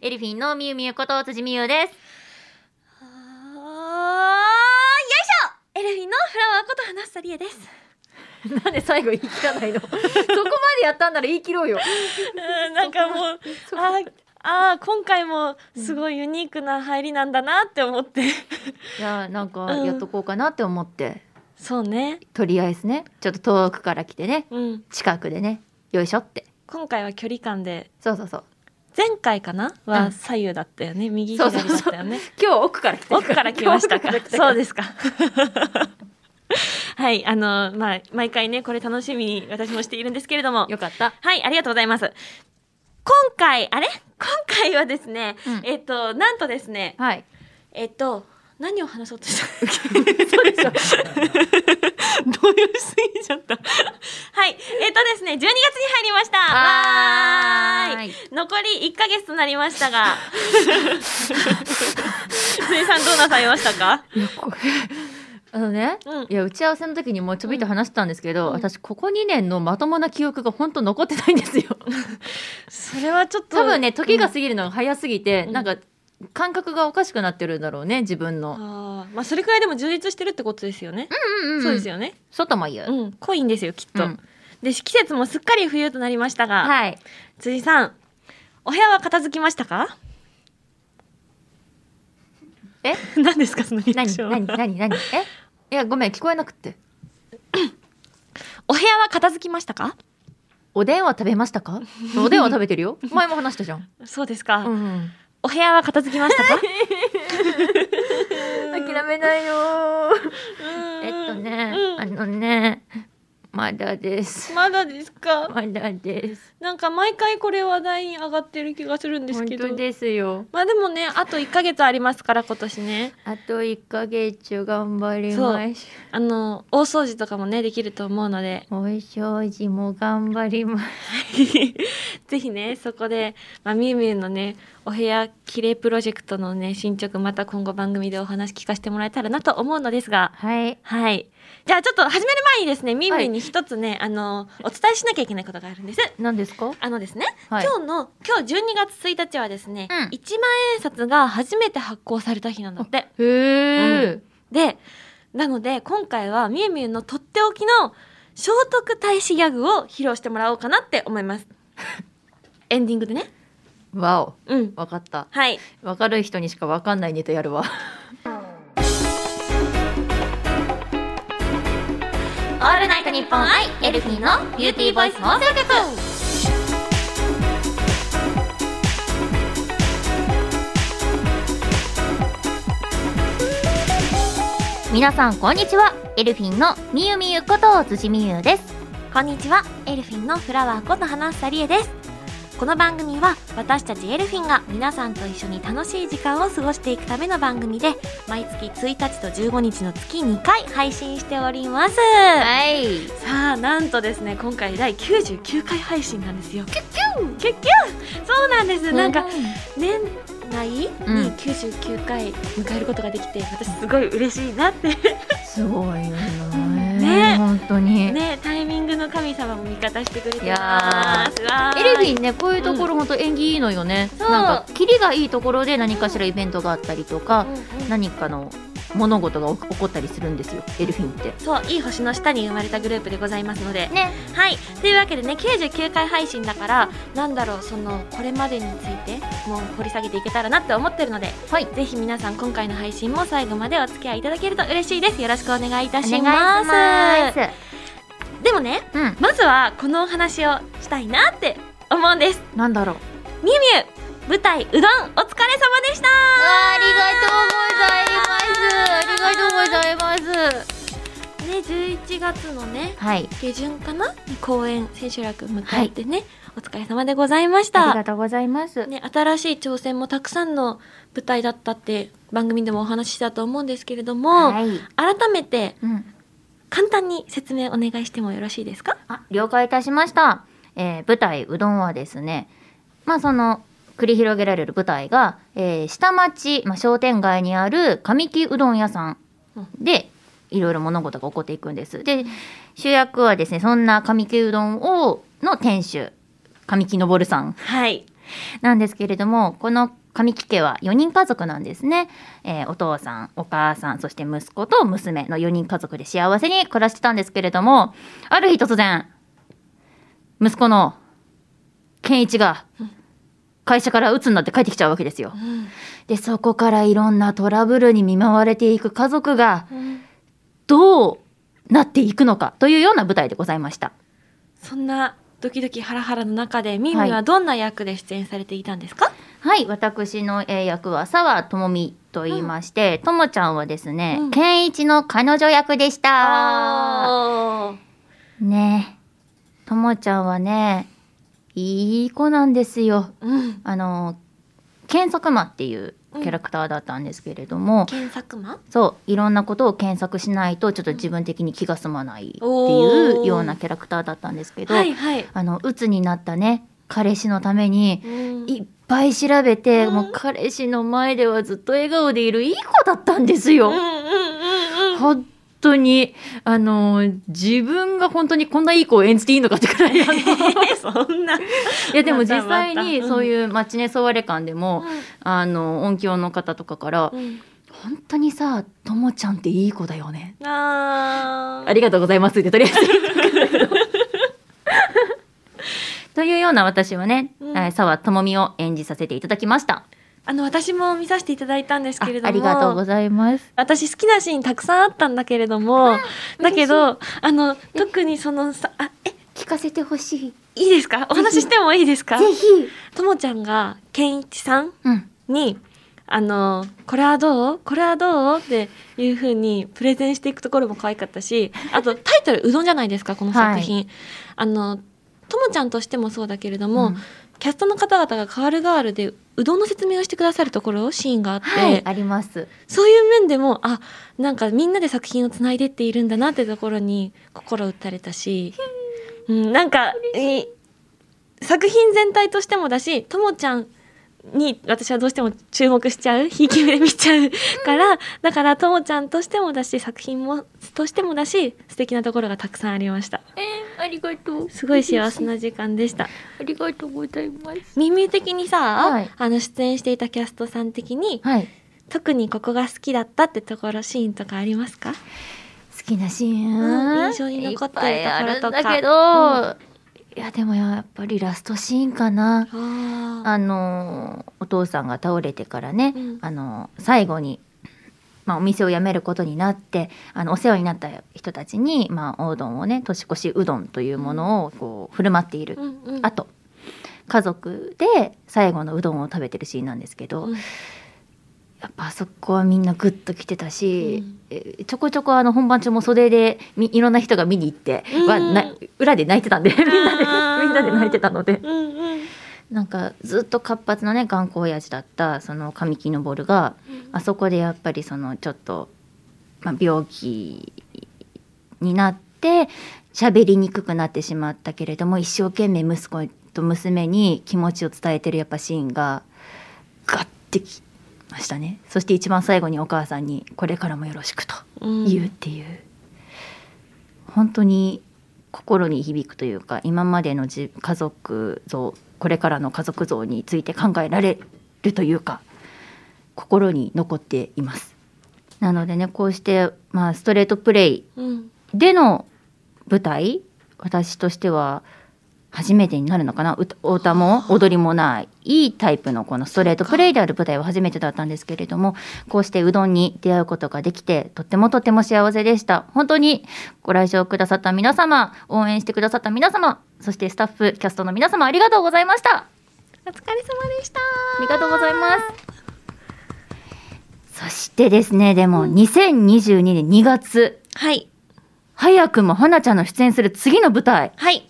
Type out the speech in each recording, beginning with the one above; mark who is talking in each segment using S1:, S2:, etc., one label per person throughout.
S1: エルフィンのみゆみゆこと辻みゆです。
S2: あーよいしょエルフィンのフラワーこと花さりえです
S1: なんで最後言い切らないの そこまでやったんなら言い切ろうよ。
S2: なんかもうあーあー今回もすごいユニークな入りなんだなって思って、
S1: いやなんかやっとこうかなって思って、
S2: そうね
S1: とりあえずねちょっと遠くから来てね
S2: うん
S1: 近くでねよいしょって
S2: 今回は距離感で
S1: そうそうそう
S2: 前回かな
S1: うん
S2: は左右だったよね、右
S1: そう
S2: 左
S1: そう
S2: だ
S1: そう
S2: ったよね
S1: 今日奥から来てる
S2: 奥から来ましたから
S1: 今日奥
S2: そ
S1: ら
S2: う
S1: 来てる
S2: ですかはいあのまあ毎回ねこれ楽しみに私もしているんですけれども
S1: よかった。
S2: はい、ありがとうございます。今回、あれ今回はですね、
S1: うん
S2: えっと、なんとですね、
S1: はい。
S2: えっと、何を話そうとした
S1: そ うでしょ。
S2: 動揺しすぎちゃった。はい、えっとですね、12月に入りました。
S1: はーい
S2: わーい残り1ヶ月となりまし たが、鈴井さんどうなさいましたか
S1: いやこれ あのね、
S2: うん
S1: いや打ち合わせの時にもうちょびっと話したんですけど、
S2: うん
S1: 私ここ2年のまともな記憶が本当残ってないん ですよ。
S2: それはちょっと
S1: 多分ね時が過ぎるのが早すぎて、
S2: うん
S1: なんか感覚がおかしくなってるんだろうね自分の。
S2: あーまあ、それくらいでも充実してるってことですよね。
S1: うん
S2: そうですよね。
S1: 外も言う。
S2: うん、濃いんですよ、きっと。
S1: うん
S2: で、季節もすっかり冬となりましたが、
S1: はい。
S2: 辻さん、お部屋は片付きましたか？
S1: え
S2: 何ですかそのリアク
S1: 何
S2: ションは
S1: 何何何えいやごめん聞こえなくって。
S2: お部屋は片付きましたか？
S1: おでんは食べました か？おでんは食べてるよ。前も話したじゃん。
S2: そうですか。
S1: うん。
S2: お部屋は片付きま したか？
S1: 諦めないよー。えっとね、
S2: うん
S1: あのね、まだです。
S2: まだですか？
S1: まだです。
S2: なんか毎回これ話題に上がってる気がするんです
S1: 本
S2: けど
S1: 当。ですよ。
S2: まあでもね、あと1ヶ月ありますから今年ね。
S1: あと一ヶ月頑張ります。
S2: あの大掃除とかもねできると思うので、
S1: お掃除も頑張ります。
S2: ぜひねそこで、まあ、みゆみゆのねお部屋きれいプロジェクトのね進捗また今後番組でお話聞かせてもらえたらなと思うのですが
S1: はい。
S2: はいじゃあちょっと始める前にですねみゆみゆに一つね、あのお伝えしなきゃいけないことがあるんです。
S1: 何ですか？
S2: あのですね、
S1: はい
S2: 今日の今日12月1日はですね、
S1: うん
S2: 一1万円札が初めて発行された日なんだって。
S1: へえ。
S2: でなので今回はみゆみゆのとっておきの聖徳太子ギャグを披露してもらおうかなって思います エンディングでね
S1: わお。
S2: うん
S1: わかった。
S2: はい
S1: わかる人にしかわかんないネタやるわ。
S2: オールナイトニッポンアイエルフィーのビューティーボイス放送局
S1: 皆さんこんにちは。エルフィンのみゆみゆこと辻みゆです。
S2: こんにちはエルフィンのフラワーこと花さりえですこの番組は私たちエルフィンが皆さんと一緒に楽しい時間を過ごしていくための番組で毎月1日と15日の月2回配信しております
S1: はい。
S2: さあなんとですね今回第99回配信なんですよキュッキュキュッキュそうなんですなんか年内に
S1: うん
S2: 99回迎えることができて私すごい嬉しいなって
S1: すごいよね。
S2: ね
S1: 本当に。
S2: ねタイミングの神様も味方してくれてます
S1: いやエルフィンねこういうところ本当縁起いいのよね、
S2: そう
S1: なんかキリがいいところで何かしらイベントがあったりとか、
S2: ン
S1: 何かの物事が起こったりするんですよエルフィンって。
S2: そういい星の下に生まれたグループでございますので
S1: ね、
S2: はいというわけでね99回配信だからなんだろうそのこれまでについてもう掘り下げていけたらなって思ってるので
S1: はい
S2: ぜひ皆さん今回の配信も最後までお付き合いいただけると嬉しいですよろしくお願いいたします
S1: す。
S2: でもね
S1: うん、
S2: まずはこのお話をしたいなって思うんです
S1: なんだろう。
S2: みゆみゆ舞台うどんお疲れ様でした
S1: ありがとうございます。ありがとうございます。
S2: ね11月のね
S1: はい、
S2: 下旬かなに公演千秋楽迎えてね、お疲れ様でございました
S1: とうございます。
S2: ね、新しい挑戦もたくさんの舞台だったって番組でもお話ししたと思うんですけれども、
S1: い。
S2: 改めて
S1: うん。
S2: 簡単に説明お願いしてもよろしいですか
S1: あ了解いたしました、えー舞台うどんはですねまあその繰り広げられる舞台が、えー下町、まあ、商店街にある神木うどん屋さんでいろいろ物事が起こっていくんですで主役はですねそんな神木うどんをの店主神木昇さん
S2: はい
S1: なんですけれどもこの上木家は4人家族なんですね、えーお父さんお母さんそして息子と娘の4人家族で幸せに暮らしてたんですけれどもある日突然息子の健一が会社から鬱になって帰ってきちゃうわけですよ。でそこからいろんなトラブルに見舞われていく家族が
S2: うん
S1: どうなっていくのかというような舞台でございました。
S2: そんなドキドキハラハラの中でミンミはどんな役で出演されていたんですか、
S1: はい、私のえー役は沢智美と言いまして、とも、ちゃんはですね、
S2: うん
S1: 健一の彼女役でした。
S2: あー
S1: ねえ、ともちゃんはね、いい子なんですよ。
S2: うん
S1: あの、検索魔っていうキャラクターだったんですけれども、
S2: 検索魔
S1: そういろんなことを検索しないとちょっと自分的に気が済まないっていうようなキャラクターだったんですけど、
S2: はいはい、
S1: あの鬱になったね彼氏のために
S2: うん
S1: いっぱい調べて、
S2: うん
S1: もう彼氏の前ではずっと笑顔でいるいい子だったんですよ。
S2: うんうんうんうん
S1: 本当にあの自分が本当にこんないい子を演じていいのかってくらいあ のい
S2: そんな、
S1: やでも
S2: また
S1: 実際に
S2: また
S1: そういうマチネソワレ感でも、あの音響の方とかから
S2: うん
S1: 「本当にさともちゃんっていい子だよね」
S2: あー
S1: ありがとうございますってとりあえず言ったけ ど。というような私はね、
S2: うん
S1: えー沢智美を演じさせていただきました。
S2: あの私も見させていただいたんです
S1: あ
S2: けれども
S1: ありがとうございます。
S2: 私好きなシーンたくさんあったんだけれども、だけどあの特にそのさあえ
S1: 聞かせてほしい。ぜ
S2: いいですかお話ししてもいいですか
S1: ひ。
S2: ともちゃんが健一さん
S1: うん。
S2: にあのこれはどうこれはどうっていう風にプレゼンしていくところも可愛かったしあとタイトル「うどん」じゃないですかこの作品。あのともちゃんとしてもそうだけれども、
S1: うん
S2: キャストの方々が代わる代わるでうどんの説明をしてくださるところシーンがあって、
S1: はい、あります。
S2: そういう面でもあなんかみんなで作品をつないでっているんだなってところに心打たれたし、うん、なんかい作品全体としてもだしともちゃんに私はどうしても注目しちゃうひいき目で見ちゃう からだからともちゃんとしてもだし作品もとしてもだし素敵なところがたくさんありました
S1: えー、ありがとう。
S2: すごい幸せ。な時間でした
S1: ありがとうございます。
S2: 耳的にさ、
S1: はい
S2: あの出演していたキャストさん的に
S1: はい。
S2: 特にここが好きだったってところシーンとかありますか
S1: 好きなシーン、
S2: うん印象に残ってるところとか
S1: いっぱいあるんだけど、いやでもやっぱりラストシーンかな。
S2: あー
S1: あのお父さんが倒れてからね、
S2: うん
S1: あの最後に、まあ、お店を辞めることになってあのお世話になった人たちに、まあ、おうどんをね年越しうどんというものをこう振る舞っている、
S2: うんうん
S1: あと家族で最後のうどんを食べてるシーンなんですけど、
S2: うん
S1: やっぱあそこはみんなグッと来てたし、えちょこちょこあの本番中も袖でみいろんな人が見に行って、
S2: うん
S1: わな裏で泣いてたんでみんなで
S2: あー
S1: みんなで 泣いてたので。
S2: うんうん
S1: なんかずっと活発なね頑固親父だったその神木昇があそこでやっぱりそのちょっと、まあ、病気になって喋りにくくなってしまったけれども一生懸命息子と娘に気持ちを伝えてるやっぱシーンがガッてきましたねそして一番最後にお母さんに「これからもよろしく」と
S2: うん
S1: 言うっていう、本当に心に響くというか今までのじ家族像これからの家族像について考えられるというか心に残っています。なのでねこうして、まあ、ストレートプレイ
S2: うん
S1: での舞台私としては初めてになるのかな歌歌も踊りもないいいタイプのこのストレートプレイである舞台は初めてだったんですけれどもこうしてうどんに出会うことができてとってもとっても幸せでした本当にご来場くださった皆様応援してくださった皆様そしてスタッフキャストの皆様ありがとうございました
S2: お疲れ様でした
S1: ありがとうございますそしてですねでも2022年2月
S2: はい
S1: 早くも花ちゃんの出演する次の舞台
S2: はい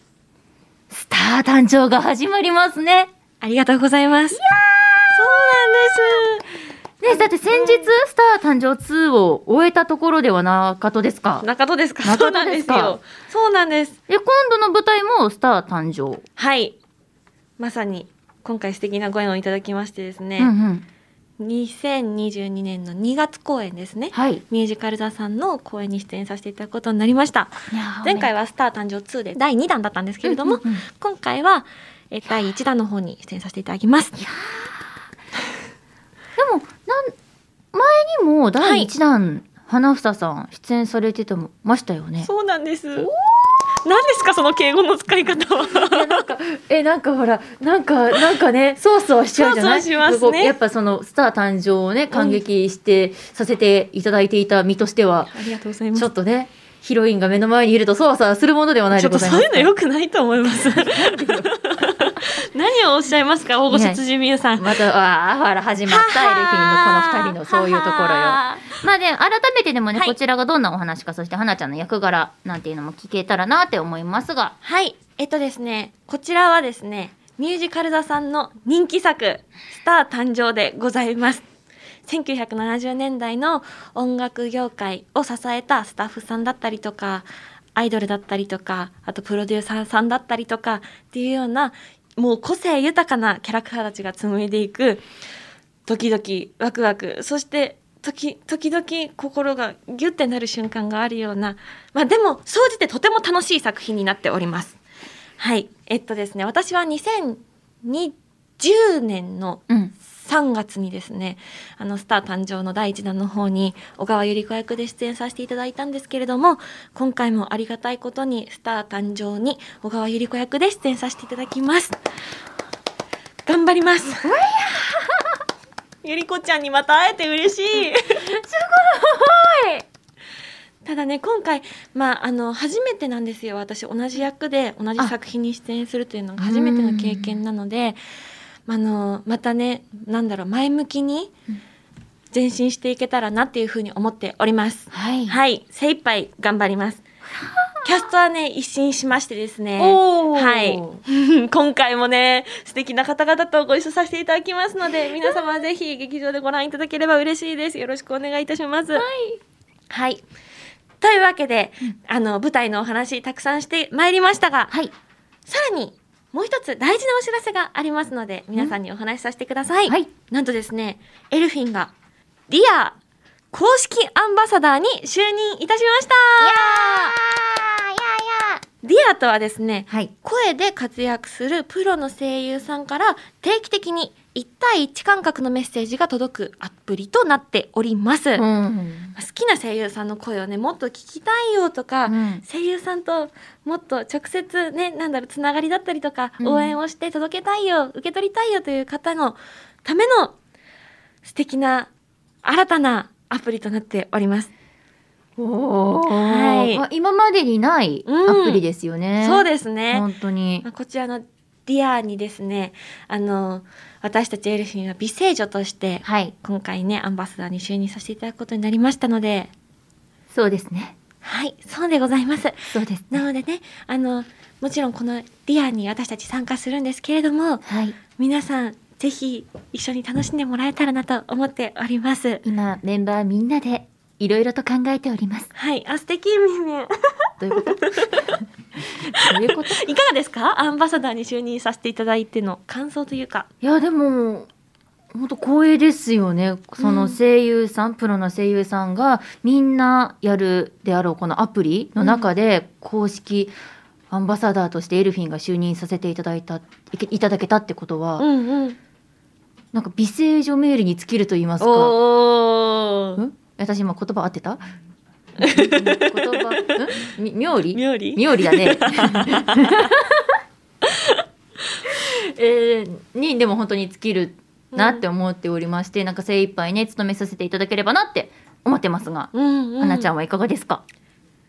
S1: スター誕生が始まりますね。ね
S2: ありがとうございますそうなんです
S1: だって先日、スター誕生2を終えたところではなかったですか。
S2: 中戸ですか
S1: 中戸ですか
S2: そうなんですよそうなんです
S1: で、今度の舞台もスター誕生。
S2: はいまさに今回素敵なご縁をいただきましてです
S1: うんう
S2: ね、
S1: ん。
S2: 2022年の2月公演ですね
S1: はい。
S2: ミュージカル座さんの公演に出演させていただくことになりました前回
S1: は
S2: は「スター誕生2」で第2弾だったんですけれども、
S1: うんうんうん
S2: 今回は、えー第1弾の方に出演させていただきます。
S1: もなん前にも第1弾、花房さん出演されてたもましたよね
S2: そうなんです。何ですかその敬語の使い方は。
S1: なんかえなんかほらなんかなんか ねそわそわしちゃうじゃない
S2: そわそわしますね
S1: こうやっぱそのスター誕生をね感激して、させていただいていた身としては
S2: ありがとうございます。
S1: ち
S2: ち
S1: ょ
S2: ょ
S1: っとねヒロインが目の前にいるとそわそわするものではないで
S2: っと
S1: ござい
S2: そ
S1: ま
S2: う
S1: す
S2: いうの良くないと思います。 何をおっしゃいますか大御所辻美優さん。
S1: またあーほら始まったエルフィンのこの二人のそういうところよ。
S2: はは
S1: まあで改めてでもね、
S2: はい
S1: こちらがどんなお話かそして花ちゃんの役柄なんていうのも聞けたらなって思いますが
S2: はい、えっとですね、こちらはですね、ミュージカル座さんの人気作、スター誕生でございます。1970年代の音楽業界を支えたスタッフさんだったりとか、アイドルだったりとか、あとプロデューサーさんだったりとかっていうような、もう個性豊かなキャラクターたちが紡いでいく、ドキドキワクワクそして時時々心がギュッてなる瞬間があるようなまあでも総じてとても楽しい作品になっております。はいえっとですね私は2020年の
S1: うん
S2: 3月にですねあのスター誕生の第1弾の方に小川百合子役で出演させていただいたんですけれども今回もありがたいことにスター誕生に小川百合子役で出演させていただきます頑張ります百合子ちゃんにまた会えて嬉しいすごいただね今回まああの初めてなんですよ私同じ役で同じ作品に出演するというのが初めての経験なのでまああのまたねなんだろう前向きに
S1: うん
S2: 前進していけたらなっていうふうに思っております。
S1: はい、
S2: はい、精一杯頑張 ります。キャストはね一新しましてですね。
S1: おー
S2: はい 今回もね素敵な方々とご一緒させていただきますので皆様ぜひ劇場でご覧いただければ嬉しいですよろしくお願いいたしますはい、というわけで、あの舞台のお話たくさんしてまいりましたが
S1: はい
S2: さらにもう一つ大事なお知らせがありますので皆さんにお話しさせてください、
S1: はい
S2: なんとですねエルフィンがディア公式アンバサダーに就任いたしましたディアとはですね
S1: はい
S2: 声で活躍するプロの声優さんから定期的に1対1感覚のメッセージが届くアプリとなっております、
S1: う
S2: 好
S1: ん
S2: きな声優さんの声をねもっと聞きたいよとか、
S1: うん
S2: 声優さんともっと直接ねなんだろうつながりだったりとか
S1: うん
S2: 応援をして届けたいよ、受け取りたいよという方のための素敵な新たなアプリとなっております。
S1: お
S2: は
S1: はいい、まあ、今までにないアプリですよね、
S2: そう
S1: で
S2: ですね、
S1: 本当に
S2: まあ、こちらのディアにですねあの私たちエルフィンは美声女として
S1: はい
S2: 今回ねアンバサダーに就任させていただくことになりましたので
S1: そうですね
S2: はいそうでございます
S1: そうです
S2: な
S1: ね
S2: のでねあのもちろんこのディアに私たち参加するんですけれども
S1: はい
S2: 皆さんぜひ一緒に楽しんでもらえたらなと思っております
S1: 今メンバーみんなでいろいろと考えております
S2: はいあ素 敵みね
S1: どういうこと どういうこと
S2: いかがですかアンバサダーに就任させていただいての感想というか
S1: いやでも本当光栄ですよねその声優さん、プロの声優さんがみんなやるであろうこのアプリの中で公式アンバサダーとしてエルフィンが就任させていただいたいけいただけたってことは、
S2: んうん
S1: なんか美声女メールに尽きると言いますか、
S2: お
S1: う
S2: ー
S1: ん、私今言葉合って た言葉、うん、み妙理
S2: 妙理
S1: 妙理だね。 えーにでも本当に尽きるなって思っておりまして、なんか精一杯ね務めさせていただければなって思ってますが、
S2: うんうん、
S1: 花ちゃんはいかがですか。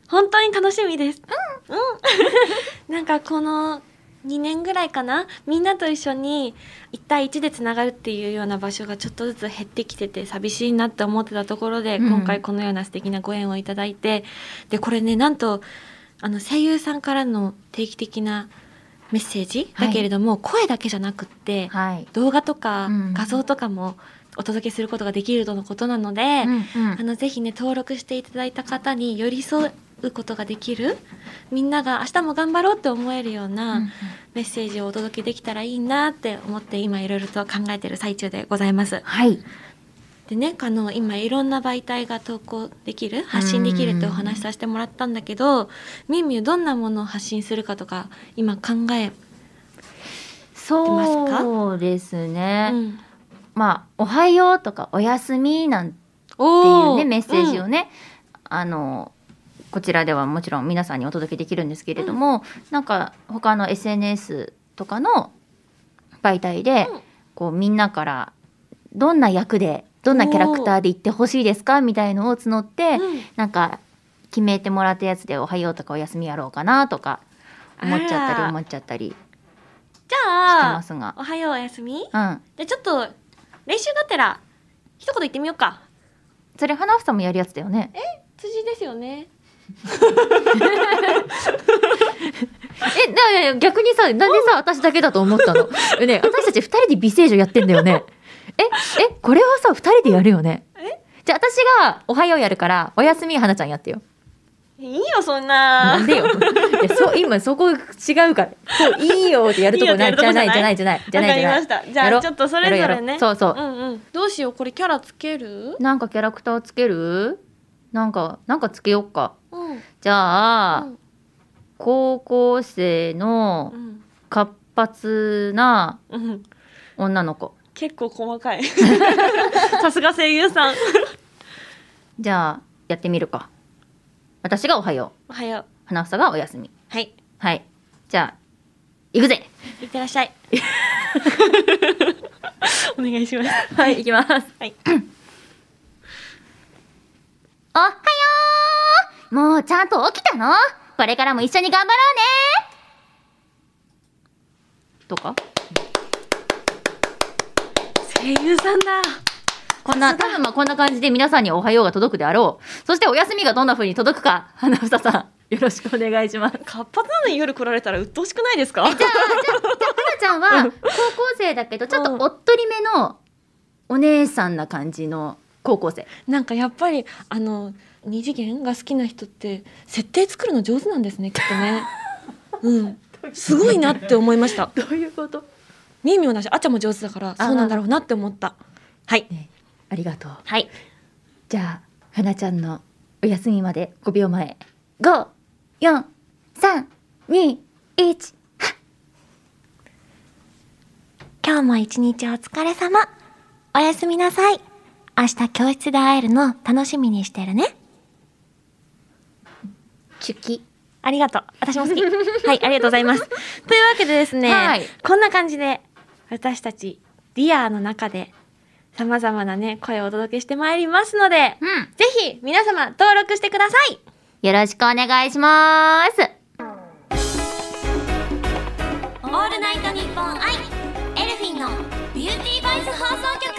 S2: 本当に楽しみです。うん。うん。 なんかこの2年ぐらいかなみんなと一緒に1対1でつながるっていうような場所がちょっとずつ減ってきてて寂しいなって思ってたところで、
S1: うん
S2: 今回このような素敵なご縁をいただいてでこれねなんとあの声優さんからの定期的なメッセージ
S1: はい
S2: だけれども、声だけじゃなくって、
S1: はい。
S2: 動画とか
S1: うん
S2: 画像とかもお届けすることができるとのことなので、
S1: うんうん
S2: あのぜひね登録していただいた方に寄り添うことができるみんなが明日も頑張ろうって思えるよう
S1: うんうん
S2: なメッセージをお届けできたらいいなって思って今いろいろと考えてる最中でございます。
S1: はい。
S2: でねあの今いろんな媒体が投稿できる発信できるってお話しさせてもらったんだけどみゆみゆどんなものを発信するかとか今考えますか
S1: そうですね、
S2: うん
S1: まあ「おはよう」とか「おやすみ」なんていう
S2: お
S1: ねメッセージ
S2: う
S1: を
S2: ん
S1: ね、あのこちらではもちろん皆さんにお届けできるんですけれども、なんか他の SNS とかの媒体で、
S2: うん
S1: こうみんなからどんな役でどんなキャラクターで行ってほしいですかみたいのを募って、
S2: うん
S1: なんか決めてもらったやつで「おはよう」とか「おやすみ」やろうかなとか思っちゃった
S2: あ
S1: り
S2: ら
S1: 思っちゃったりして
S2: じゃ
S1: ま
S2: あ
S1: すが
S2: おはようおやすみ
S1: うん
S2: でちょっと練習がてら一言言ってみようか
S1: それ花房さんもやるやつだよね
S2: 辻ですよね
S1: え、だから逆にさ、なんでさ、私だけだと思ったの。 ね、私たち二人で美声女やってんだよね。え、え、これはさ、二人でやるよね。じゃあ私が、おはようやるから、おやすみ、はなちゃんやってよ。
S2: いいよそん
S1: なん
S2: な
S1: でよ。 いやそう今そこ違うから。そう、いいよってやるとこない。
S2: い
S1: じゃ
S2: いよってやるとこじ
S1: な
S2: ゃない
S1: い、じゃない、じゃない、じゃない、じゃ
S2: わ
S1: な
S2: かりま
S1: い
S2: し。たじゃ
S1: やろ
S2: あちょっとそれぞ
S1: やろ
S2: れ
S1: や
S2: ね
S1: ろそうそう
S2: うんうんどうしようこれキャラつける
S1: なんかキャラクターつけるなんか、なんかつけよっか。
S2: うん
S1: じゃあ、
S2: うん
S1: 高校生の
S2: うん
S1: 活発な
S2: うん
S1: 女の子。
S2: 結構細 かいさすが声優さん
S1: じゃあやってみるか私がおはよ
S2: おはよう
S1: う花房がお休み
S2: はい
S1: はいじゃあ行くぜ
S2: いってらっしゃ いお願いします
S1: はい行きます
S2: はい
S1: おはようもうちゃんと起きたのこれからも一緒に頑張ろうねとか
S2: 声優さんだ
S1: こんな
S2: さすが
S1: 多分まあこんな感じで皆さんにおはようが届くであろうそしてお休みがどんな風に届くか花房さんよろしくお願いします
S2: 活発なのに夜来られたら鬱陶しくないですか
S1: じゃあ、じゃあ、じゃあ、かなちゃんは高校生だけど、ちょっとおっとりめのお姉さんな感じの高校生。
S2: なんかやっぱりあの二次元が好きな人って設定作るの上手なんですねきっと ねうんすごいなって思いました
S1: どういうこと
S2: ミーミーもだしあちゃんも上手だから
S1: あ
S2: そうなんだろうなって思ったはい
S1: ありがとう。
S2: はい
S1: じゃあ、はなちゃんのお休みまで5秒前。5、4、3、2、1。
S2: 今日も一日お疲れ様おやすみなさい明日教室で会えるの楽しみにしてるね
S1: チュキ。
S2: ありがとう私も 好きはいありがとうございますというわけでですね、
S1: はい
S2: こんな感じで私たちディアーの中で様々なね声をお届けしてまいりますので
S1: うん。
S2: ぜひ皆様登録してください
S1: よろしくお願いします。
S2: オールナイトニッポンアイエルフィンのビューティーバイス放送局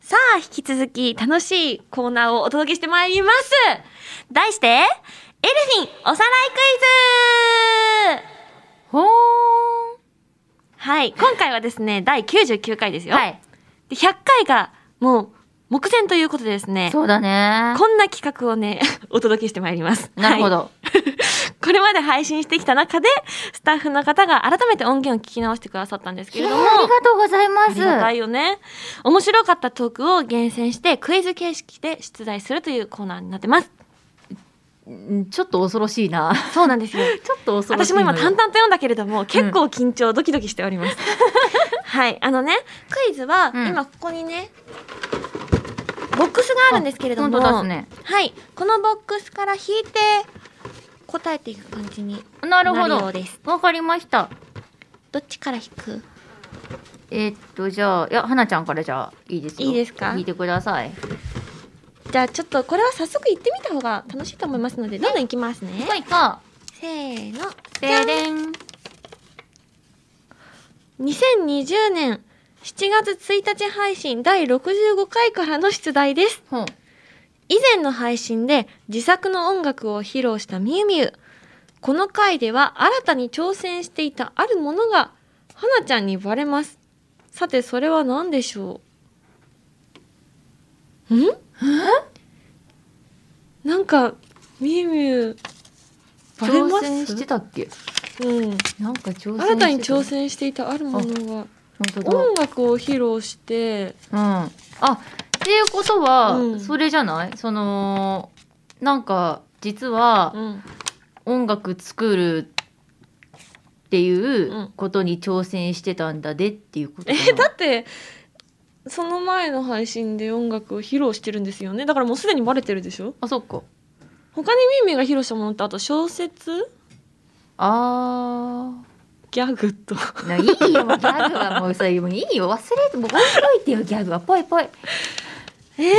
S2: さあ、引き続き楽しいコーナーをお届けしてまいります題して、エルフィンおさらいクイズ
S1: ほーん。
S2: はい、今回はですね、第99回ですよ。
S1: はい。
S2: で100回がもう目前ということでですね、
S1: そうだね。
S2: こんな企画をね、 お届けしてまいります。
S1: なるほ
S2: はい
S1: ど。
S2: これまで配信してきた中で、スタッフの方が改めて音源を聞き直してくださったんですけ
S1: えー
S2: れども、
S1: ありがとうございま
S2: ありがた
S1: す。
S2: いよね。面白かったトークを厳選して、クイズ形式で出題するというコーナーになってます。
S1: うんちょっと恐ろしいな。
S2: そうなんです よ。
S1: ちょっと恐ろしい
S2: 私
S1: の
S2: も
S1: よ。
S2: 今淡々と読んだけれども、結構緊張、ドキドキしております。 はい、あのね、クイズは、
S1: うん
S2: 今ここにね、ボックスがあるんですけれども、
S1: 本当ですね。
S2: はい、このボックスから引いて、答えていく感じに
S1: なる
S2: な
S1: ほ
S2: るよう
S1: ど。
S2: です。
S1: わかりました。
S2: どっちから引く
S1: えーっと、じゃあ、いや、花ちゃんからじゃあ、いいですよ。
S2: いいですか
S1: 聞いてください。
S2: じゃあちょっとこれは早速行ってみた方が楽しいと思いますので、どんどん行きますね。
S1: はい、か。
S2: せーの。
S1: ででん。
S2: 2020年7月1日配信第65回からの出題です。
S1: ほう。
S2: 以前の配信で自作の音楽を披露したみゆみゆ。この回では新たに挑戦していたあるものがはなちゃんにバレます。さてそれは何でしょうんなんかみゆみゆバレま
S1: 挑
S2: す
S1: 戦してたっけ
S2: うん、
S1: なんか挑戦してた。
S2: 新たに挑。戦していたあるものが
S1: 本当
S2: 音楽を披露して
S1: だ。うん。あ、っていうことは、
S2: うん
S1: それじゃないその、なんか、実は、
S2: うん
S1: 音楽作るっていううんことに挑戦してたんだでっていうことかな
S2: えだってその前の配信で音楽を披露してるんですよねだからもうすでにバレてるでしょ
S1: あそっか
S2: 他にミーミーが披露したものってあと小説
S1: あ
S2: ギャグと
S1: ーないいよもうギャグはもうさもういいよ忘れてもう覚えてよギャグはぽいぽい
S2: え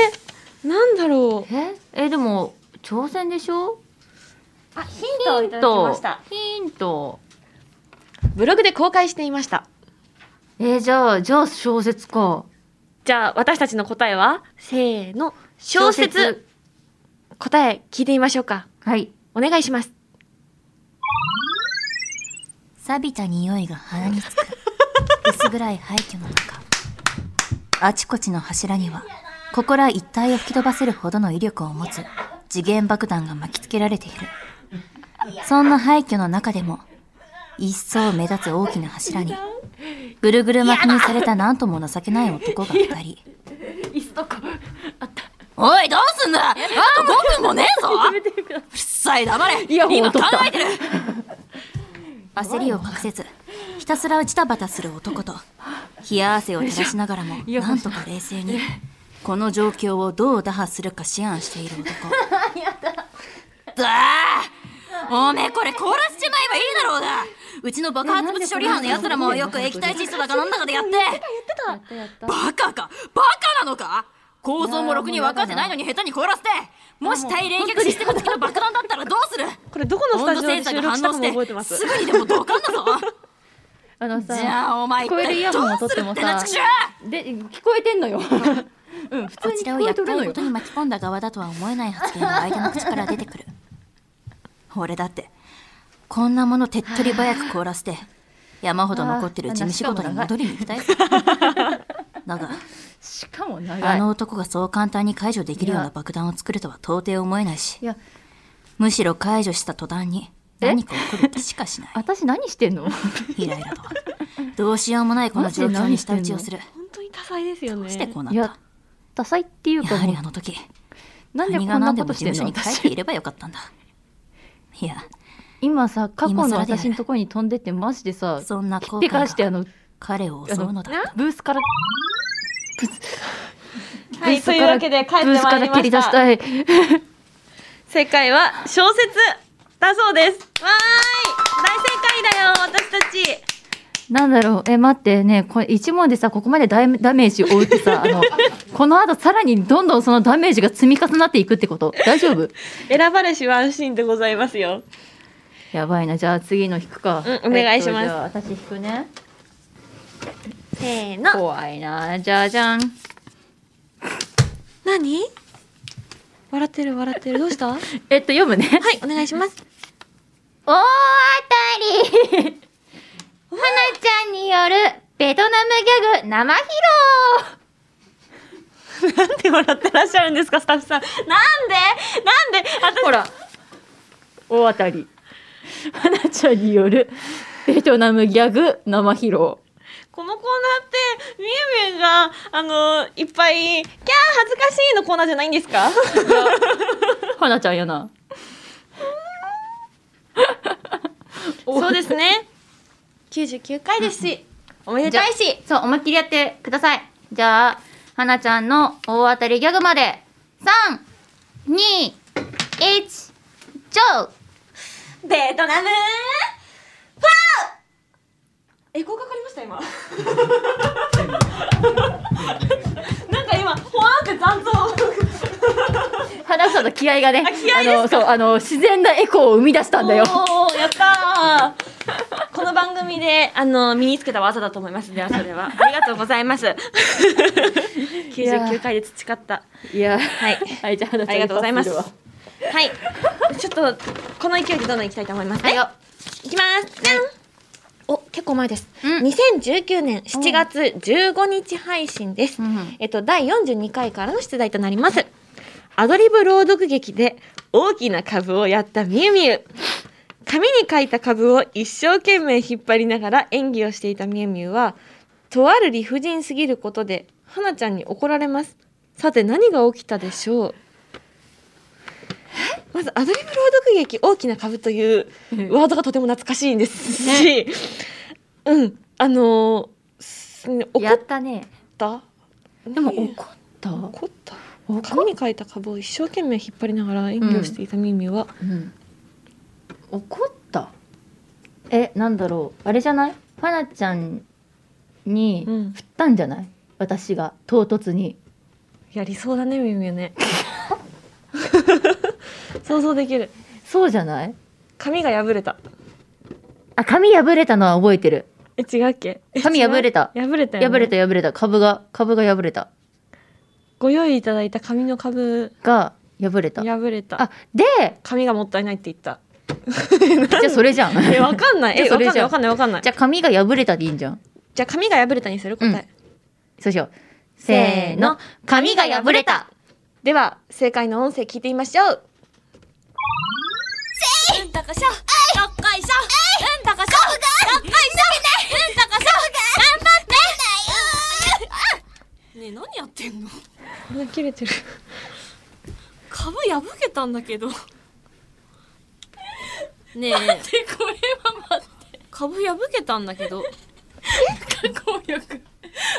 S2: なんだろう
S1: ええでも挑戦でしょ
S2: あヒ
S1: ヒヒント
S2: ブログで公開していました
S1: えーじゃあじゃあ小説か
S2: じゃあ私たちの答えはせーの小説答え聞いてみましょうか
S1: はい
S2: お願いします
S3: 錆びた匂いが鼻につ く薄暗い廃墟の中あちこちの柱にはここら一帯を吹き飛ばせるほどの威力を持つ次元爆弾が巻きつけられているそんな廃墟の中でも一層目立つ大きな柱にぐるぐる巻きにされたなんとも情けない男が二人
S2: 椅子とか
S3: おいどうすんだあと5分もねえぞうるさい黙れ
S2: イヤホンを取った
S3: てる焦りを隠せずひたすらジタバタする男と冷や汗を垂らしながらもなんとか冷静にこの状況をどう打破するか思案している男だあおめえこれ凍らせちまえばいいだろうがうちの爆発物処理班のやつらもよく液体窒素だかなんだかでやってバカかバカなのか構造もろくに分かってないのに下手に凍らせてもし対冷却システム付きの爆弾だったらどうする
S2: これどこのス
S3: 温
S2: タ
S3: 度
S2: ジオ
S3: セ
S2: で
S3: ンサ
S2: 収
S3: ーが
S2: 録
S3: 反
S2: したか
S3: 応し
S2: も
S3: て
S2: 覚えてます
S3: すぐにでもドカンだぞ
S1: あのさ
S3: じゃあお前一
S1: 聞こえるイ
S3: 体
S1: ヤ
S3: ど
S1: ホン
S3: う
S1: を取っ
S3: す
S1: て
S3: るっ
S1: も
S3: てな
S1: さ
S3: ちくしょ
S1: で聞こえてんの ようん普通
S3: こ
S1: に
S3: ちら
S1: 聞
S3: を
S1: こえ
S3: 厄
S1: とる
S3: 介
S1: の
S3: な
S1: よ
S3: ことに巻き込んだ側だとは思えない発言が相手の口から出てくる俺だってこんなもの手っ取り早く凍らせて山ほど残ってる事務仕事に戻りに行きたい さだが
S1: しかも長い
S3: あの男がそう簡単に解除できるような爆弾を作るとは到底思えないし
S1: いや
S3: むしろ解除した途端に
S1: え
S3: 何か起こる気しかしない
S1: 私何してんの
S3: イライラとどうしようもないこの状況に舌打ちをする
S2: 本当に多彩ですよね
S3: どうしてこうないっ
S1: や
S3: た
S1: ダサいっていう
S3: や
S1: か
S3: は
S1: も
S3: り
S1: う
S3: あの時
S1: なんでこ
S3: 何
S1: ん
S3: が
S1: な
S3: 何で
S1: こ
S3: も
S1: と
S3: 事
S1: して
S3: 務
S1: ん
S3: 所
S1: の
S3: に帰って
S1: 私
S3: いればよかったんだいや
S1: 今さ過去
S3: 今
S1: の
S3: 更である
S1: 私のところに飛んでってマジでさ
S3: そんな
S1: 切
S3: 後
S1: って
S3: 悔
S1: 返してあ
S3: が
S1: の
S3: 彼を襲うのだった
S1: ブースから
S2: は
S1: ブ
S2: い
S1: ースか
S2: と
S1: ら
S2: いうわけで帰って
S1: ブ
S2: ま
S1: ー
S2: いり
S1: スから
S2: ま
S1: 蹴り出
S2: した
S1: したい
S2: 正解は小説だそうですわーい大正解だよ私たち
S1: なんだろうえ待ってねこれ一問でさここまでダメダメージを負うってさあのこの後さらにどんどんそのダメージが積み重なっていくってこと大丈夫
S2: 選ばれしワンシーンでございますよ
S1: やばいなじゃあ次の引くか
S2: うんお願いします
S1: えっとじゃあ私引くね
S2: せーの
S1: 怖いなじゃじゃん
S2: 何笑ってる笑ってるどうした はい
S1: えっと読むね
S2: お願いします
S1: 大当たり花ちゃんによるベトナムギャグ生披
S2: なんで笑ってらっしゃるんですかスタッフさんなんでなんで私
S1: 露ほら大当たり花ちゃんによるベトナムギャグ生披露
S2: このコーナーってみゆみゆがあのいっぱい「キャー恥ずかしい」のコーナーじゃないんですか
S1: 花ちゃんやな
S2: そうですね99回 ですしおめでたいし
S1: そう思いっきりやってくださいじゃあ花ちゃんの大当たりギャグまで321ジョー
S2: ベトナムーエコーかかりまし た今なんか今ほわーって残像
S1: 話したと気合がね、
S2: 気合
S1: あの、そう、あの、自然なエコーを生み出したんだよ。
S2: おーやったーこの番組であの身につけた技だと思いますではそれはありがとうございます99回で培った
S1: いや、
S2: はい
S1: はい、じゃあ、
S2: ありがとうございます。はい。ちょっと、この勢いでどんどん行きたいと思います
S1: は
S2: ね。
S1: いよ。
S2: いきます。じゃん。お、結構前です。
S1: うん
S2: 2019年7月15日配信です。
S1: うん
S2: えっと、第42回からの出題となります。アドリブ朗読劇で大きな株をやったみゆみゆ。紙に書いた株を一生懸命引っ張りながら演技をしていたみゆみゆは、とある理不尽すぎることで、はなちゃんに怒られます。さて何が起きたでしょうまずアドリブ朗読劇「大きな株」というワードがとても懐かしいんですし、うんあのーす怒
S1: や
S2: っ
S1: ったね
S2: た
S1: でも
S2: ねえ
S1: 怒った、
S2: 怒った紙に書いた株を一生懸命引っ張りながら演技をしていたミミは、
S1: うん、怒ったえなんだろうあれじゃないパナちゃんに
S2: う
S1: 振っ
S2: ん
S1: たんじゃない、私が唐突に
S2: やりそうだねミミ はね想像できる
S1: そうじゃない
S2: 紙が破れた
S1: あ紙破れたのは覚えてる
S2: え違うっけえ
S1: 紙
S2: 違う
S1: 破れた
S2: 破れたよね、
S1: 破れた破れた株が株が破れた
S2: ご用意いただいた紙の株
S1: が破れた
S2: 破れた
S1: あで
S2: 紙がもったいないって言った
S1: じゃあそれじゃん じ
S2: えわかんないえ
S1: じゃあそ
S2: わ
S1: れ
S2: か
S1: じ
S2: んない
S1: ゃ
S2: わかんないわかんない
S1: ゃあ紙が破れたでいいんじゃん
S2: じゃあ紙が破れたにする答え、
S1: うんそうしようせーの紙が破れた
S2: では正解の音声聞いてみましょう
S4: うんたかしょどっこいしょうんたかしょどっこいしょうんたかしょ頑張ってねえ何やってんの
S2: こんな切れてる
S4: 株破けたんだけどねえ待ってこれは待って株破けたんだけど加工力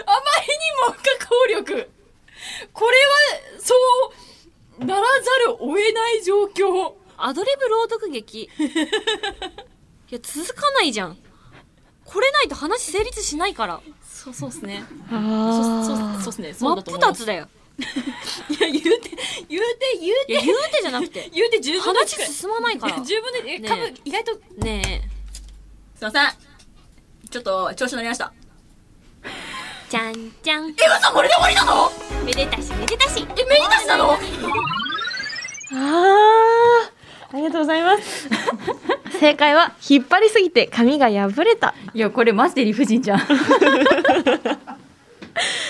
S4: あまりにも加工力これはそうならざるを得ない状況アドリブ朗読 劇いや続かないじゃんこれないと話成立しないからそうそうっすね
S2: あ
S4: そうそうっすねそうだと思真っ二つ だよ
S5: いや言うて言うて言う
S4: い
S5: て
S4: や言うてじゃなくて
S5: 言うて十分の
S4: 話
S5: 一くらい
S4: 進まないから
S5: いや十分でえ
S4: ねえ
S5: 株意外とす
S4: ね
S5: いませんちょっと調子乗りました
S4: えじゃんじゃん
S5: え嘘これで終わりなの
S4: めでたしめでたし
S5: えメインタスなの
S2: あーありがとうございます正解は引っ張りすぎて紙が破れた
S1: いやこれマジで理不尽じゃん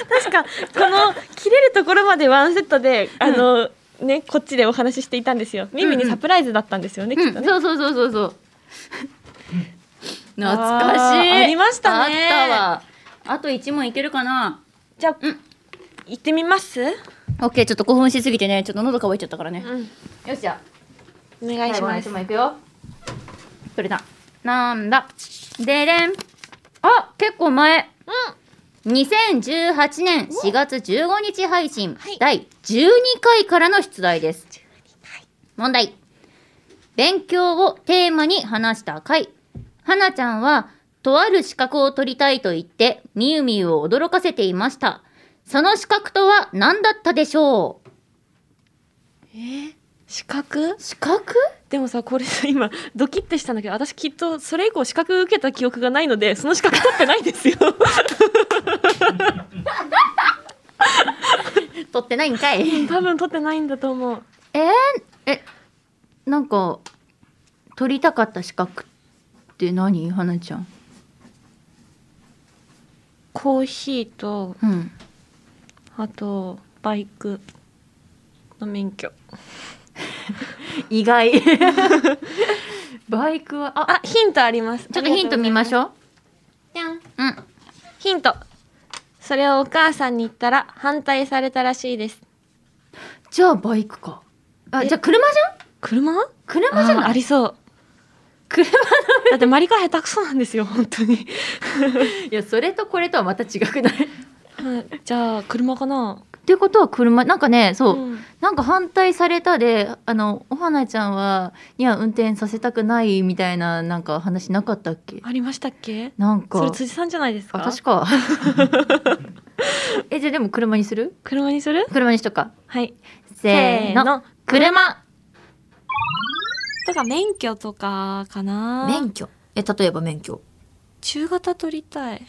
S2: 確かこの切れるところまでワンセットであの、ねこっちでお話ししていたんですよミミにサプライズだったんですよね、
S1: う
S2: きっと
S1: ん
S2: ね
S1: そうそうそうそうそう 懐かしい
S2: あーありましたね
S1: あったわあと1問いけるかな
S2: じゃあ、
S1: うん
S2: 行ってみます、
S1: オッケーちょっと興奮しすぎてねちょっと喉乾いちゃったからね
S2: うん、
S1: よっしゃ
S2: お願いします
S1: もいくよそれだなんだでれんあ結構前うん2018年4月15日配信、
S2: はい
S1: 第12回からの出題です、問題勉強をテーマに話した回はなちゃんはとある資格を取りたいと言ってみゆみゆを驚かせていましたその資格とは何だったでしょ
S2: 資格
S1: う資格
S2: でもさこれさ今ドキッてしたんだけど私きっとそれ以降資格受けた記憶がないのでその資格取ってないんですよ
S1: 取ってないんかい
S2: 多分取ってないんだと思う
S1: えー、えなんか取りたかった資格って何花ちゃん
S2: コーヒーと
S1: うん
S2: あとバイクの免許
S1: 意外 バイクはあ
S2: あヒントあります
S1: ちょっとヒント見まし
S2: ょう
S1: ょう
S2: じゃん
S1: うん
S2: ヒントそれをお母さんに言ったら反対されたらしいです
S1: じゃあバイクかあ
S2: え
S1: じゃあ車じゃん
S2: 車
S1: 車じゃ
S2: あー
S1: な
S2: あ
S1: い
S2: りそう
S1: 車
S2: だってマリカ下手くそなんですよ本 当に
S1: いやそれとこれとはまた違くないっ
S2: はいじゃあ車かな
S1: てことは車なんかねそう、
S2: うん
S1: なんか反対されたであのお花ちゃんはには運転させたくないみたいななんか話なかったっけ
S2: ありましたっけ
S1: なんか
S2: それ辻さんじゃないですか
S1: 私か えじゃあでも車にする
S2: 車にする
S1: 車にしとくか
S2: はい
S1: せーの車
S4: とか免許とかかな
S5: 免許え例えば免許
S4: 中型取りたい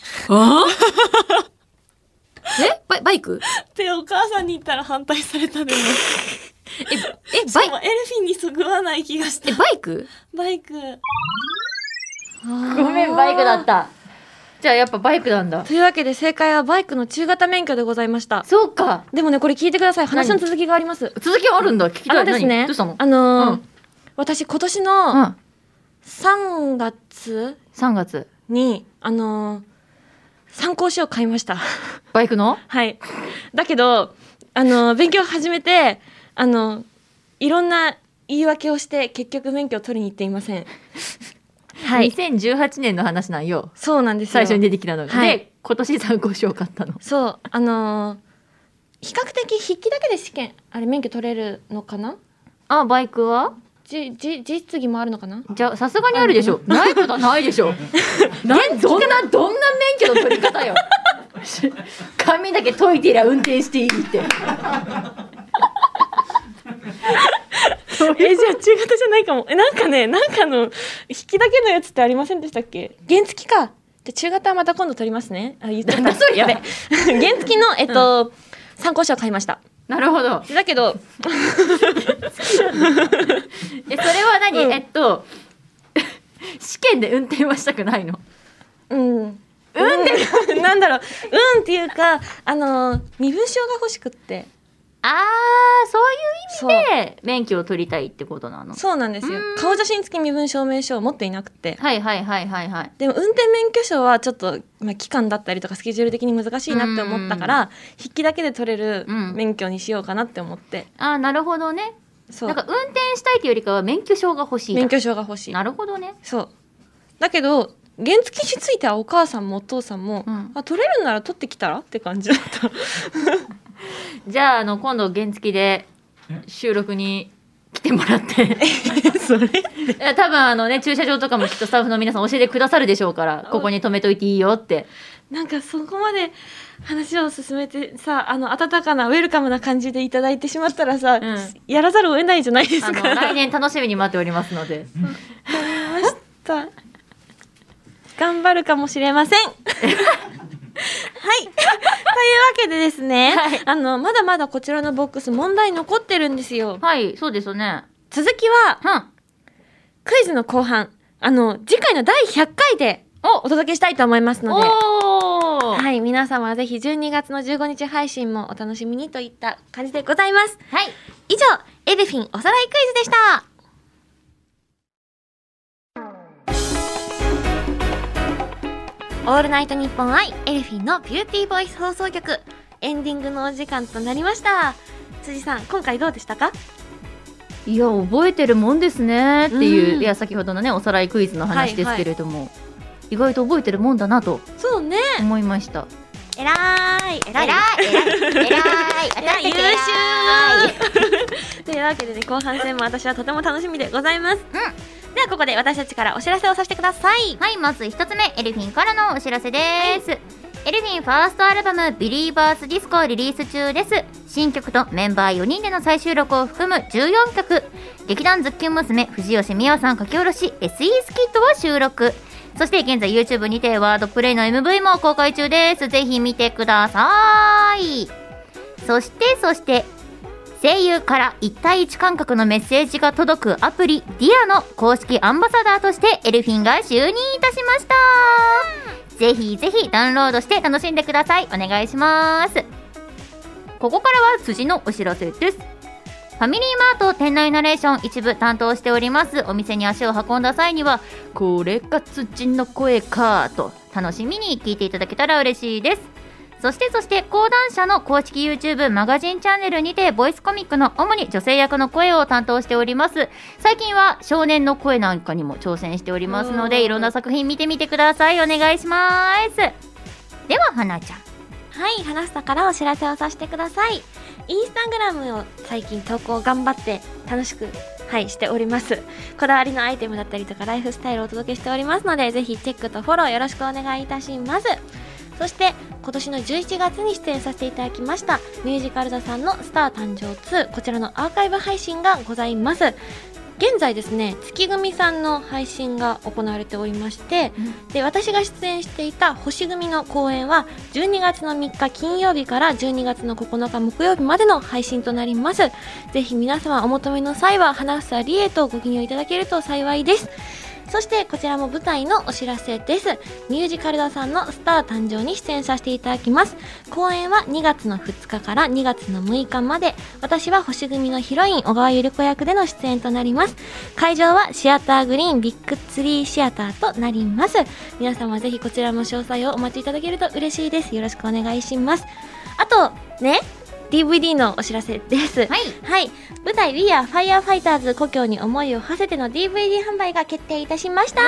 S5: えバイバイク
S2: ってお母さんに言ったら反対されたでも
S5: えバイ
S2: エルフィンにそぐわない気がし
S5: えバイク
S2: バイク
S1: ごめんバイクだったじゃあやっぱバイクなんだ
S2: というわけで正解はバイクの中型免許でございました
S1: そうか
S2: でもねこれ聞いてください話の続きがあります
S1: 続きあるんだ聞き
S2: あ
S1: た
S2: の
S1: い
S2: です
S1: 何
S2: ね
S1: どうしたの
S2: あのー
S1: うん
S2: 私今年
S1: う
S2: の
S1: ん
S2: 3月
S1: 3月
S2: にあのー参考書を買いました
S1: バイクの
S2: はいだけどあのー勉強を始めてあのいろんな言い訳をして結局免許を取りに行っていませ ん
S3: はい。
S1: 2018年の話なんよ
S2: そうなんですよ
S1: 最初に出てきたのが、
S2: はい
S1: で今年参考書を買ったの
S2: そうあのー比較的筆記だけで試験あれ免許取れるのかな
S3: あ、バイクは
S2: じじ実技もあるのかな
S3: じゃあ、さすがにあるでしょ。 ないことはないでしょ。
S1: なんどんなどんな免許の取り方よ髪だけ解いてりゃ運転していいって
S2: えじゃあ中型じゃないかもえなんかねなんかの引きだけのやつってありませんでしたっけ原付かで中型はまた今度取りますねあ言っちゃ ったそやべ原付のえっと、参考書を買いました
S1: なるほど
S2: だけど
S1: えそれは何、えっと 試験で運転はしたくないの
S2: うんうんって なんだろううんっていうかあのー身分証が欲しくって
S3: あー、そういう意味で免許を取りたいってことなの。
S2: そうなんですよ
S3: うん
S2: 顔写真付き身分証明書を持っていなくて
S3: はいはいはいはいはい。
S2: でも運転免許証はちょっと、まあ、期間だったりとかスケジュール的に難しいなって思ったから筆記だけで取れる
S3: うん
S2: 免許にしようかなって思って、
S3: あー、なるほどね。
S2: そ
S3: なんか
S2: う
S3: 運転したいというよりかは免許証が欲しいだ。
S2: 免許証が欲しい
S3: なるほどね。
S2: そうだけど原付についてはお母さんもお父さんも、
S3: うん
S2: あ取れるなら取ってきたらって感じだった
S1: じゃああの今度原付で収録に来てもらって
S2: それ
S1: え多分あのね駐車場とかもきっとスタッフの皆さん教えてくださるでしょうからここに止めといていいよ って
S2: なんかそこまで話を進めてさあの温かなウェルカムな感じでいただいてしまったらさ、
S1: ん
S2: やらざるを得ないじゃないです
S1: あの
S2: か。
S1: 来年楽しみに待っておりますので
S2: ました。頑張るかもしれません。はい。というわけでですね、あの、まだまだこちらのボックス問題残ってるんですよ。
S3: はい、そうですね。
S2: 続きは、
S3: うん。
S2: クイズの後半、あの、次回の第100回でお届けしたいと思いますので、
S3: おー
S2: はい、皆様はぜひ12月の15日配信もお楽しみにといった感じでございます。
S3: はい。
S2: 以上、エルフィンおさらいクイズでした。オールナイトニッポンアイエルフィンのビューティーボイス放送局エンディングのお時間となりました辻さん今回どうでしたか
S3: いや覚えてるもんですねっていう、
S2: うん
S3: いや先ほどのねおさらいクイズの話ですけれども、意外と覚えてるもんだなと
S2: そうね
S3: 思いました
S2: えらーいえらい
S6: 偉い偉い
S2: 優秀というわけでね後半戦も私はとても楽しみでございます、ではここで私たちからお知らせをさせてください
S3: はいまず一つ目エルフィンからのお知らせです、エルフィンファーストアルバム「ビリーバースディスコ」をリリース中です新曲とメンバー4人での再収録を含む14曲劇団ズッキュン娘藤吉美和さん書き下ろし SE スキットを収録そして現在 YouTube にてワードプレイの MV も公開中ですぜひ見てくださいそしてそして声優から一対一感覚のメッセージが届くアプリ Dia の公式アンバサダーとしてエルフィンが就任いたしました、ぜひぜひダウンロードして楽しんでくださいお願いしますここからは辻のお知らせですファミリーマート店内ナレーション一部担当しておりますお店に足を運んだ際にはこれが辻の声かと楽しみに聞いていただけたら嬉しいですそしてそして講談社の公式 YouTube マガジンチャンネルにてボイスコミックの主に女性役の声を担当しております最近は少年の声なんかにも挑戦しておりますのでいろんな作品見てみてくださいお願いしますでは花ちゃん
S2: はい、花房からお知らせをさせてください。インスタグラムを最近投稿頑張って楽しく、はい、しております。こだわりのアイテムだったりとかライフスタイルをお届けしておりますので、ぜひチェックとフォローよろしくお願いいたします。そして今年の11月に出演させていただきましたミュージカル座さんの「スター誕生2」こちらのアーカイブ配信がございます現在ですね月組さんの配信が行われておりまして、で私が出演していた星組の公演は12月の3日金曜日から12月の9日木曜日までの配信となりますぜひ皆様お求めの際は花房理恵とご記入いただけると幸いですそしてこちらも舞台のお知らせですミュージカル座さんの「スター誕生」に出演させていただきます公演は2月の2日から2月の6日まで私は星組のヒロイン小川ゆり子役での出演となります会場はシアターグリーンビッグツリーシアターとなります皆様ぜひこちらも詳細をお待ちいただけると嬉しいですよろしくお願いしますあとね DVD のお知らせです。
S1: はい
S2: はい、舞台 We Are Firefighters 故郷に思いを馳せての DVD 販売が決定いたしましたや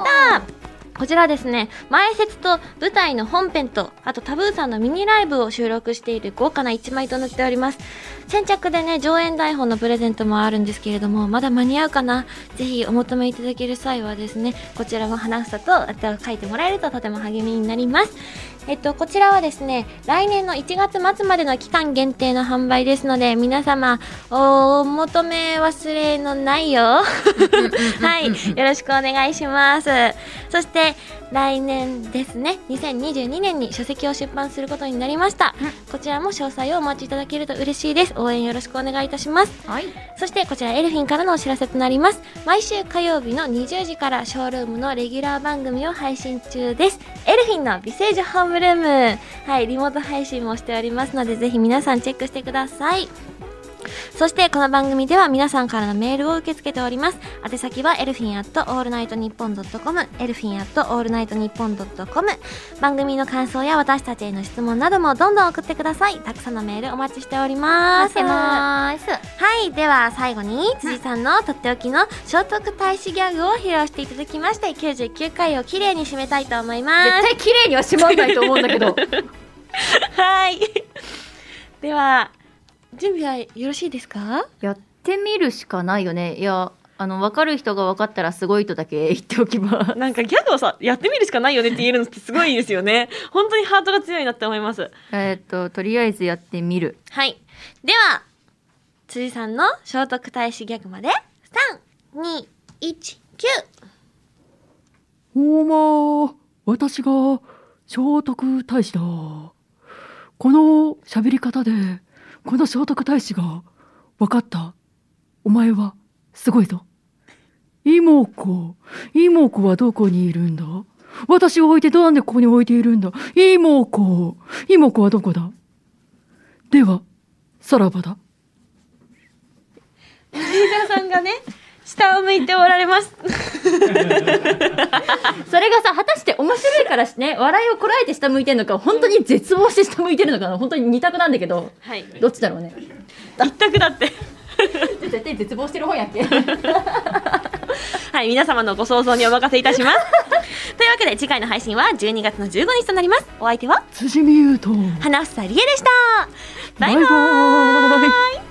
S2: だーこちらですね、前説と舞台の本編と、あとタブーさんのミニライブを収録している豪華な一枚となっております。先着でね、上演台本のプレゼントもあるんですけれども、まだ間に合うかなぜひお求めいただける際はですね、こちらも話すと、あと書いてもらえるととても励みになります。えっと、こちらはですね、来年の1月末までの期間限定の販売ですので、皆様、お求め忘れのないよ。はい、よろしくお願いします。そして、来年ですね、2022年に書籍を出版することになりました。こちらも詳細をお待ちいただけると嬉しいです。応援よろしくお願いいたします。
S1: はい
S2: そしてこちらエルフィンからのお知らせとなります。毎週火曜日の20時からショールームのレギュラー番組を配信中です。エルフィンの美声女ホームルーム。はい、リモート配信もしておりますので、ぜひ皆さんチェックしてください。そしてこの番組では皆さんからのメールを受け付けております。宛先はエルフィンアットオールナイトニッポンドットコム、エルフィンアットオールナイトニッポンドットコム。番組の感想や私たちへの質問などもどんどん送ってください。たくさんのメールお待ちしておりま
S1: 待
S2: す。
S1: ってまーす
S2: はい、では最後に辻さんのとっておきの聖徳太子ギャグを披露していただきまして99回をきれいに締めたいと思いま
S7: 絶対
S2: す。
S7: 綺麗には閉まんないと思うんだけど
S2: はい。では、準備はよろしいですか
S1: やってみるしかないよねいやあの分かる人が分かったらすごいとだけ言っておきます
S2: なんかギャグをさ、やってみるしかないよねって言えるのってすごいですよ ね。本当にハートが強いなって思います。
S1: えーっととりあえずやってみる
S2: はい。では、辻さんの聖徳太子ギャグまで、3、2、1、9。
S8: おーまー、私が聖徳太子だ。この喋り方で、この聖徳太子が、わかった。お前は、すごいぞ。妹子、妹子はどこにいるんだ私を置いてなんでここに置いているんだ妹子、妹子はどこだでは、さらばだ。
S2: 皆さんがね、下を向いておられます。
S7: それがさ果たして面白いからしね笑いをこらえて下向いてるのか本当に絶望して下向いてるのかな本当に二択なんだけど
S2: はい。
S7: どっちだろうね
S2: 一択だって。
S7: 絶対絶望してる方やっけ
S2: はい、皆様のご想像にお任せいたし ます。というわけで次回の配信は12月の15日となります。お相手は
S8: 辻見優と、
S2: 花房理恵でした。バイバ
S8: バイバーイ
S2: イ